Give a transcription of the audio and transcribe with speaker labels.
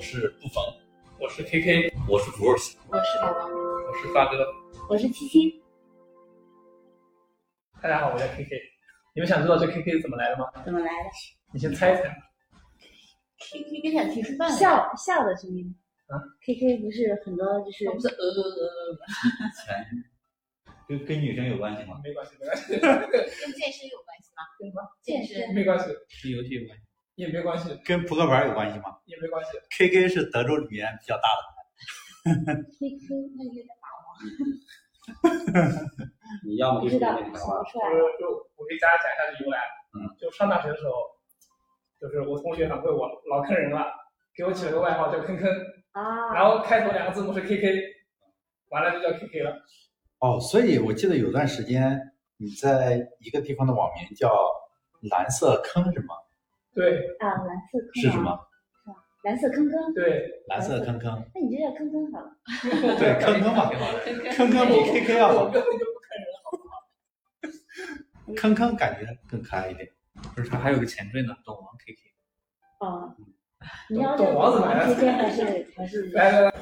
Speaker 1: 是不妨，
Speaker 2: 我是 KK，
Speaker 1: 我是 Bruce。
Speaker 3: 我是
Speaker 4: 哦
Speaker 3: 宝宝，
Speaker 2: 我是发哥。
Speaker 3: 我是七七。
Speaker 2: 大家好，我叫 KK。你们想知道这 KK 是怎么来的吗？
Speaker 3: 怎么来的
Speaker 2: 你先猜一猜。
Speaker 3: ？K K 跟小提吃饭笑
Speaker 4: 笑笑的声音
Speaker 2: 啊
Speaker 4: ，K K 不是很多就是
Speaker 3: 不是呃呃呃呃，
Speaker 1: 前跟跟女生有关系吗？
Speaker 2: 没关系，没关系，
Speaker 3: 跟健身有关系吗？
Speaker 2: 跟什么？
Speaker 3: 健身
Speaker 2: 没关系，
Speaker 5: 跟游戏有关系。
Speaker 2: 也没关系，
Speaker 1: 跟扑克牌有关系吗
Speaker 2: 也没关系。
Speaker 1: ？KK 是德州里面比较大的，
Speaker 4: K K，
Speaker 3: 那有点麻
Speaker 2: 啊
Speaker 5: 你要么
Speaker 4: 不
Speaker 5: 就是
Speaker 4: 知道
Speaker 5: 那
Speaker 4: 想
Speaker 5: 个啥，
Speaker 4: 不出来。
Speaker 2: 我就我给大家讲一下这由来。
Speaker 1: 嗯。
Speaker 2: 就上大学的时候，就是我同学反馈我老坑人了，给我起了个外号叫坑坑，
Speaker 4: 啊，
Speaker 2: 然后开头两个字母是 KK，完了就叫 KK 了。
Speaker 6: 哦，所以我记得有段时间你在一个地方的网名叫“蓝色坑”是吗？
Speaker 2: 对
Speaker 4: 啊，蓝色坑
Speaker 6: 是什
Speaker 4: 啊？
Speaker 6: 么？
Speaker 4: 蓝色坑坑，
Speaker 2: 对，
Speaker 6: 蓝色坑坑。
Speaker 4: 那你就叫坑坑好了。
Speaker 6: 对，坑坑嘛，
Speaker 3: 烦。
Speaker 6: 坑坑比 KK 要
Speaker 2: 我
Speaker 6: 好
Speaker 2: 根，本就
Speaker 6: 坑坑感觉更可爱一点。
Speaker 5: 不是它还有个前缀呢，懂王 KK。
Speaker 4: 哦，你要
Speaker 2: 懂嗯
Speaker 4: 叫
Speaker 2: 懂王子来了
Speaker 4: K K 还是还是
Speaker 2: 来来来，